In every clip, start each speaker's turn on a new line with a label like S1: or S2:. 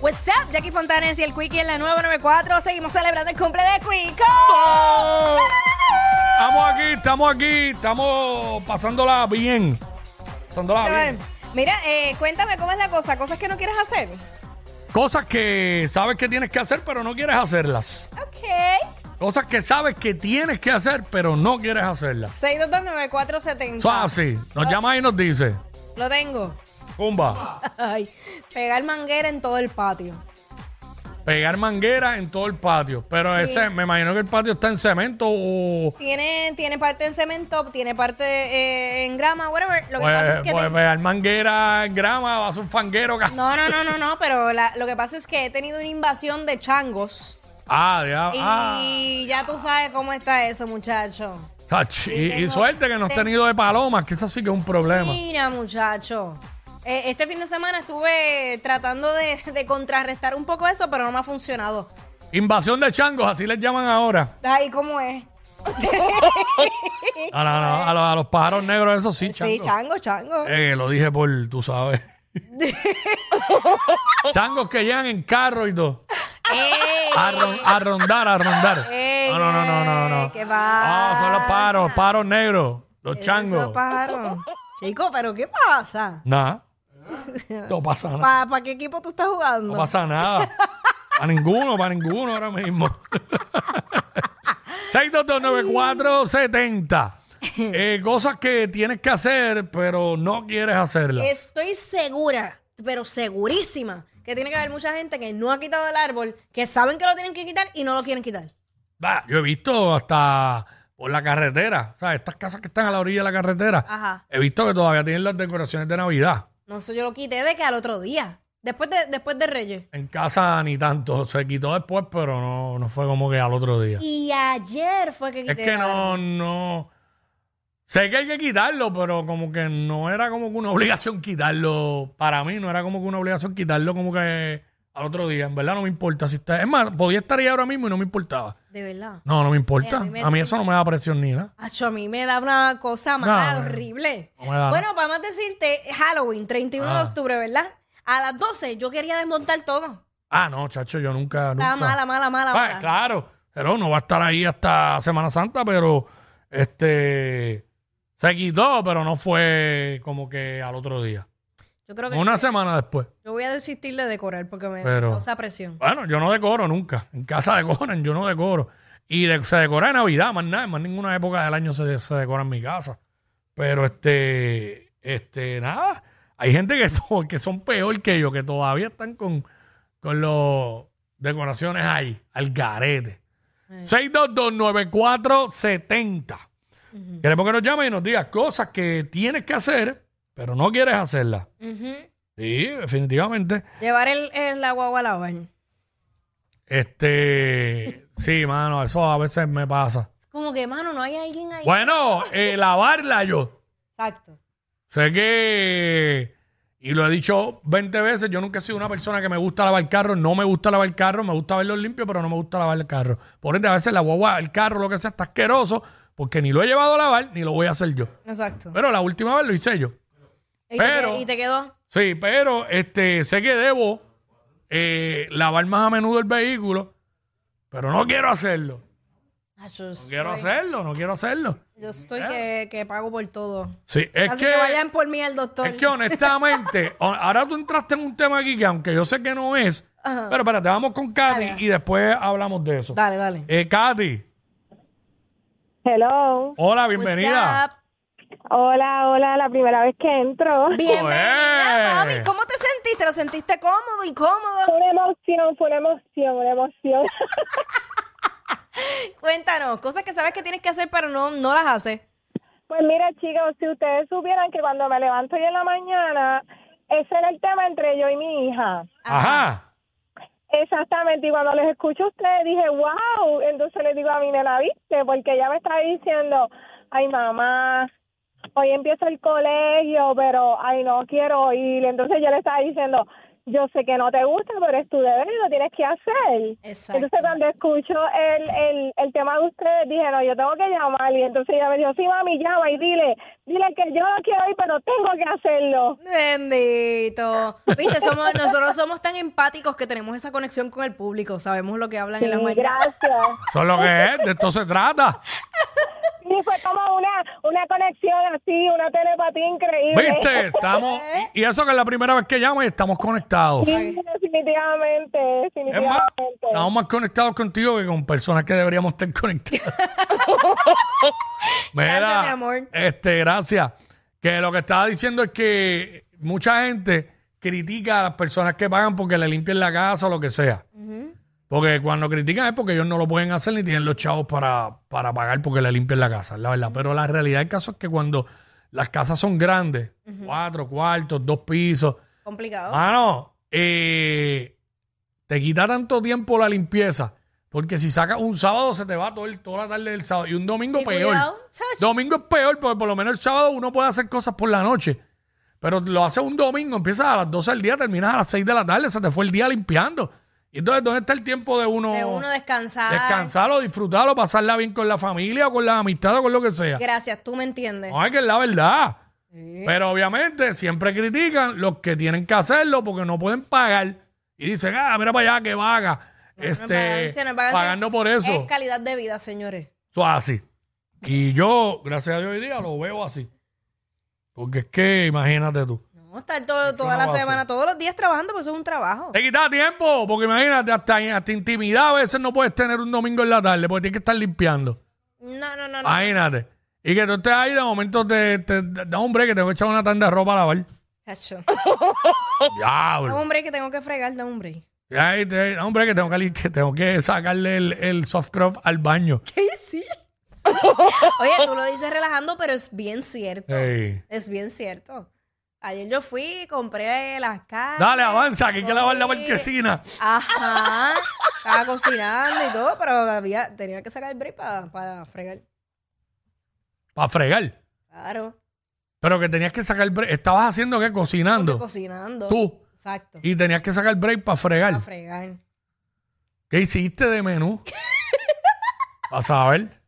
S1: What's up, Jackie Fontanes y el Quickie en la 994. Seguimos celebrando el cumple de Quico.
S2: ¡Oh! Estamos aquí, estamos aquí, estamos pasándola bien. Pasándola bien.
S1: Mira, eh, cuéntame cómo es la cosa, cosas que no quieres hacer.
S2: Cosas que sabes que tienes que hacer, pero no quieres hacerlas.
S1: Ok.
S2: Cosas que sabes que tienes que hacer, pero no quieres hacerlas.
S1: 6229470.
S2: Eso es así. Nos llama y nos dice,
S1: Lo tengo.
S2: Pumba,
S1: Ay, pegar manguera en todo el patio.
S2: pegar manguera en todo el patio. Pero
S1: Sí.
S2: ese, me imagino que el patio está en cemento o...
S1: Tiene, tiene parte en cemento, tiene parte eh, en grama, whatever. Lo que
S2: pues-
S1: pasa es que.
S2: pues
S1: te-
S2: pegar manguera en grama, vas a un fanguero. ca-
S1: No, no, no, no, no, pero la- lo que pasa es que he tenido una invasión de changos.
S2: Ah, diablo. Ah.
S1: Y ya tú sabes cómo está eso, muchacho.
S2: Tach, y, y
S1: tengo-
S2: suerte que no has
S1: tengo-
S2: tenido de palomas, que eso sí que es un problema.
S1: Mira, muchacho. Eh, este fin de semana estuve tratando de, de contrarrestar un poco eso, pero no me ha funcionado.
S2: Invasión de changos, así les llaman ahora.
S1: Ay, ¿cómo es?
S2: A, la- a la- a los, a los pájaros negros, eso sí, chango.
S1: Sí, chango, chango.
S2: Eh, lo dije por, tú sabes. changos que llegan en carro y todo.
S1: Ey,
S2: A, ron- a rondar, a rondar.
S1: Ey,
S2: no, no, no, no, no, no.
S1: ¿qué
S2: Ah, son los pájaros, los pájaros negros, los
S1: esos
S2: changos.
S1: pájaros. Chico, ¿pero qué pasa?
S2: Nada. No pasa nada.
S1: ¿Para qué equipo tú estás jugando?
S2: No pasa nada. Para ninguno, para ninguno ahora mismo. 6229470. Eh, cosas que tienes que hacer, pero no quieres hacerlas.
S1: Estoy segura, pero segurísima, que tiene que haber mucha gente que no ha quitado el árbol, que saben que lo tienen que quitar y no lo quieren quitar.
S2: Va, yo he visto hasta por la carretera, o sea, estas casas que están a la orilla de la carretera,
S1: Ajá.
S2: he visto que todavía tienen las decoraciones de Navidad.
S1: No, eso yo lo quité de que al otro día. Después de, después de Reyes.
S2: En casa ni tanto, se quitó después, pero no, no fue como que al otro día.
S1: Y ayer fue que quité.
S2: Es que
S1: el árbol.
S2: no, no. Sé que hay que quitarlo, pero como que no era como que una obligación quitarlo. Para mí no era como que una obligación quitarlo como que al otro día. En verdad no me importa si está. Es más, podía estar ahí ahora mismo y no me importaba.
S1: De verdad.
S2: No, no me importa.
S1: Eh,
S2: a,
S1: a
S2: mí
S1: mí me-
S2: eso no me da presión ni nada.
S1: Acho, a mí me da una cosa mala,
S2: No, no,
S1: horrible.
S2: no me da
S1: bueno, para más decirte, Halloween, 31
S2: Ah.
S1: de octubre, ¿verdad? A las 12 yo quería desmontar todo.
S2: Ah, no, chacho, yo nunca.
S1: Estaba
S2: nunca.
S1: mala, mala, mala.
S2: Ah,
S1: mala.
S2: claro, pero no va a estar ahí hasta Semana Santa, pero este. Se quitó, pero no fue como que al otro día.
S1: Yo creo que
S2: Una semana después.
S1: yo voy a desistir de decorar porque me
S2: Pero-
S1: causa presión.
S2: Bueno, yo no decoro nunca. En casa decoran, yo no decoro. Y de- se decora en Navidad, más nada, más ninguna época del año se, se decora en mi casa. Pero este, este, nada. Hay gente que, to- que son peor que yo, que todavía están con, con las decoraciones ahí, al garete. 6229470. Queremos que nos llames y nos digas cosas que tienes que hacer, pero no quieres hacerlas.
S1: Ujú.
S2: Sí, definitivamente.
S1: Llevar el, el agua a lavar.
S2: Este, sí, mano, eso a veces me pasa.
S1: Como que, mano, no hay alguien ahí.
S2: Bueno, eh, lavarla yo.
S1: Exacto.
S2: Sé que, y lo he dicho 20 veces, yo nunca he sido una persona que me gusta lavar carro, no me gusta lavar carro, me gusta verlo limpio, pero no me gusta lavar el carro. Por ende, a veces la guagua, el carro, lo que sea, está asqueroso, porque ni lo he llevado a lavar, ni lo voy a hacer yo.
S1: Exacto.
S2: Pero la última vez lo hice yo.
S1: Y te
S2: pero-
S1: qued- y te quedó.
S2: Sí, pero este, sé que debo eh, lavar más a menudo el vehículo, pero no quiero hacerlo.
S1: Acho,
S2: No quiero hacerlo, no quiero hacerlo.
S1: Yo estoy que, que pago por todo.
S2: Sí, es
S1: Así
S2: que,
S1: que, vayan por mí al doctor.
S2: es que honestamente, o- ahora tú entraste en un tema aquí que aunque yo sé que no es,
S1: Ajá.
S2: pero espérate, vamos con Katy y después hablamos de eso.
S1: Dale, dale.
S2: Eh, Katy,
S3: Hello.
S2: hola, bienvenida.
S1: What's
S3: Hola, hola, la primera vez que entro.
S1: up? Bienvenida,
S2: Oye.
S1: mami. ¿Cómo te sentiste? ¿Lo sentiste cómodo, incómodo?
S3: Fue una emoción, fue una emoción, una emoción.
S1: Cuéntanos, cosas que sabes que tienes que hacer, pero no, no las haces.
S3: Pues mira, chicos, si ustedes supieran que cuando me levanto yo en la mañana, ese era el tema entre yo y mi hija.
S2: Ajá.
S3: Exactamente, y cuando les escucho a ustedes dije, wow, entonces les digo a mi nena, ¿viste? Porque ella me estaba diciendo, ay mamá, hoy empiezo el colegio, pero ay no quiero ir. Entonces yo le estaba diciendo, yo sé que no te gusta, pero es tu deber y lo tienes que hacer.
S1: Exacto.
S3: Entonces cuando escucho el, el, el tema de ustedes, dije, no, yo tengo que llamar. Y entonces ella me dijo, sí, mami, llama y dile, dile que yo no quiero ir, pero tengo que hacerlo.
S1: Bendito. Viste, somos, nosotros somos tan empáticos que tenemos esa conexión con el público. Sabemos lo que hablan en las
S3: Sí,
S1: mañanas.
S3: gracias.
S2: Eso es lo que es, de esto se trata.
S3: Y fue como una, una conexión así, una telepatía increíble.
S2: ¿Viste? Estamos. Y y eso que es la primera vez que llamo y estamos conectados.
S3: Sí, definitivamente,
S2: Es más,
S3: definitivamente.
S2: estamos más conectados contigo que con personas que deberíamos estar conectadas. Mira,
S1: Gracias, mi amor.
S2: Este, gracias. Que lo que estaba diciendo es que mucha gente critica a las personas que pagan porque le limpian la casa o lo que sea. Porque cuando critican es porque ellos no lo pueden hacer ni tienen los chavos para, para pagar porque le limpian la casa, la verdad. Pero la realidad del caso es que cuando las casas son grandes, cuatro cuartos, dos pisos, Ah,
S1: Complicado.
S2: Mano, eh, te quita tanto tiempo la limpieza. Porque si sacas un sábado, se te va todo el- toda la tarde del sábado. Y un domingo
S1: Y
S2: peor.
S1: cuidado, chach.
S2: Domingo es peor, porque por lo menos el sábado uno puede hacer cosas por la noche. Pero lo haces un domingo, empiezas a las 12 del día, terminas a las 6 de la tarde, se te fue el día limpiando. Y entonces, ¿dónde está el tiempo de uno,
S1: De uno descansar.
S2: descansarlo, disfrutarlo, pasarla bien con la familia, o con la amistad, o con lo que sea?
S1: Gracias, tú me entiendes.
S2: No, es que es la verdad. Pero obviamente siempre critican los que tienen que hacerlo porque no pueden pagar. Y dicen, ah, mira para allá, que vaga.
S1: No
S2: este,
S1: es vagancia, no es vagancia.
S2: pagando por eso.
S1: Es calidad de vida, señores.
S2: Eso es así. Y yo, gracias a Dios hoy día, lo veo así. Porque es que, imagínate tú.
S1: No, estar todo, toda
S2: no
S1: la
S2: va a Eh,
S1: semana, todos los días trabajando, pues eso es un trabajo.
S2: Te quita tiempo, porque imagínate, hasta, hasta intimidad a veces no puedes tener un domingo en la tarde porque tienes que estar limpiando.
S1: No, no, no, no.
S2: Imagínate. Y que tú estés ahí, de momento te, te- da un break que tengo que echar una tanda de ropa a lavar.
S1: Chacho.
S2: Diablo.
S1: No, hombre, que tengo que fregar, no, hombre.
S2: Ay, te- hombre, que tengo que, li- que tengo que sacarle el, el soft crop al baño.
S1: ¿Qué sí? Oye, tú lo dices relajando, pero es bien cierto.
S2: Ey.
S1: Es bien cierto. Ayer yo fui, compré las carnes.
S2: Dale, avanza, que hay que lavar la
S1: Oye.
S2: marquesina.
S1: Ajá. Estaba cocinando y todo, pero había, tenía que sacar el break para, para fregar.
S2: Para fregar.
S1: Claro.
S2: Pero que tenías que sacar break. Estabas haciendo que cocinando.
S1: Cocinando.
S2: Tú.
S1: Exacto.
S2: Y tenías que sacar break para fregar.
S1: Para fregar.
S2: ¿Qué hiciste de menú? Vas a ver.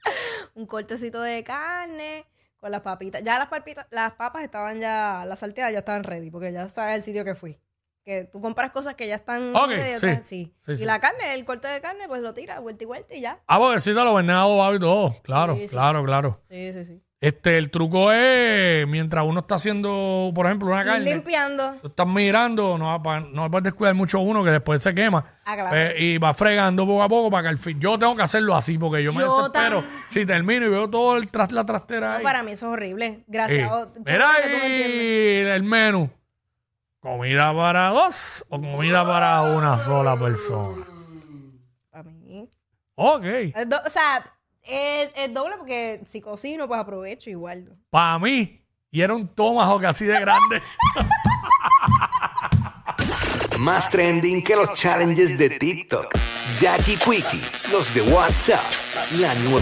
S1: Un cortecito de carne con las papitas. Ya las papitas, las papas estaban ya, las salteadas ya estaban ready, porque ya sabes el sitio que fui. Que tú compras cosas que ya están
S2: Ok,
S1: ready,
S2: sí.
S1: otras-
S2: Sí,
S1: y
S2: sí.
S1: la carne, el corte de carne, pues lo tira, vuelta y vuelta y ya.
S2: Ah, porque sí te lo venden adobado y todo. Claro,
S1: Sí, sí.
S2: claro, claro.
S1: Sí, sí, sí.
S2: Este, el truco es, mientras uno está haciendo, por ejemplo, una
S1: Y
S2: carne.
S1: limpiando.
S2: Tú estás mirando, no va pa- no va a descuidar mucho uno que después se quema.
S1: Ah, claro.
S2: Eh, y va fregando poco a poco para que al fin. Yo tengo que hacerlo así porque yo me
S1: Yo
S2: desespero.
S1: tam-
S2: Si termino y veo todo el tras, la trastera
S1: No,
S2: ahí.
S1: para mí eso es horrible.
S2: Sí.
S1: Gracias. oh, qué
S2: Mira
S1: bueno que tú me entiendes.
S2: ahí el menú. Comida para dos o comida para una sola persona.
S1: Para mí.
S2: Ok.
S1: El do- o sea, el, el doble porque si cocino, pues aprovecho igual.
S2: Para mí. Y era un que así de grande.
S4: Más trending que los challenges de TikTok. Jackie Quickie, los de WhatsApp, la nueva.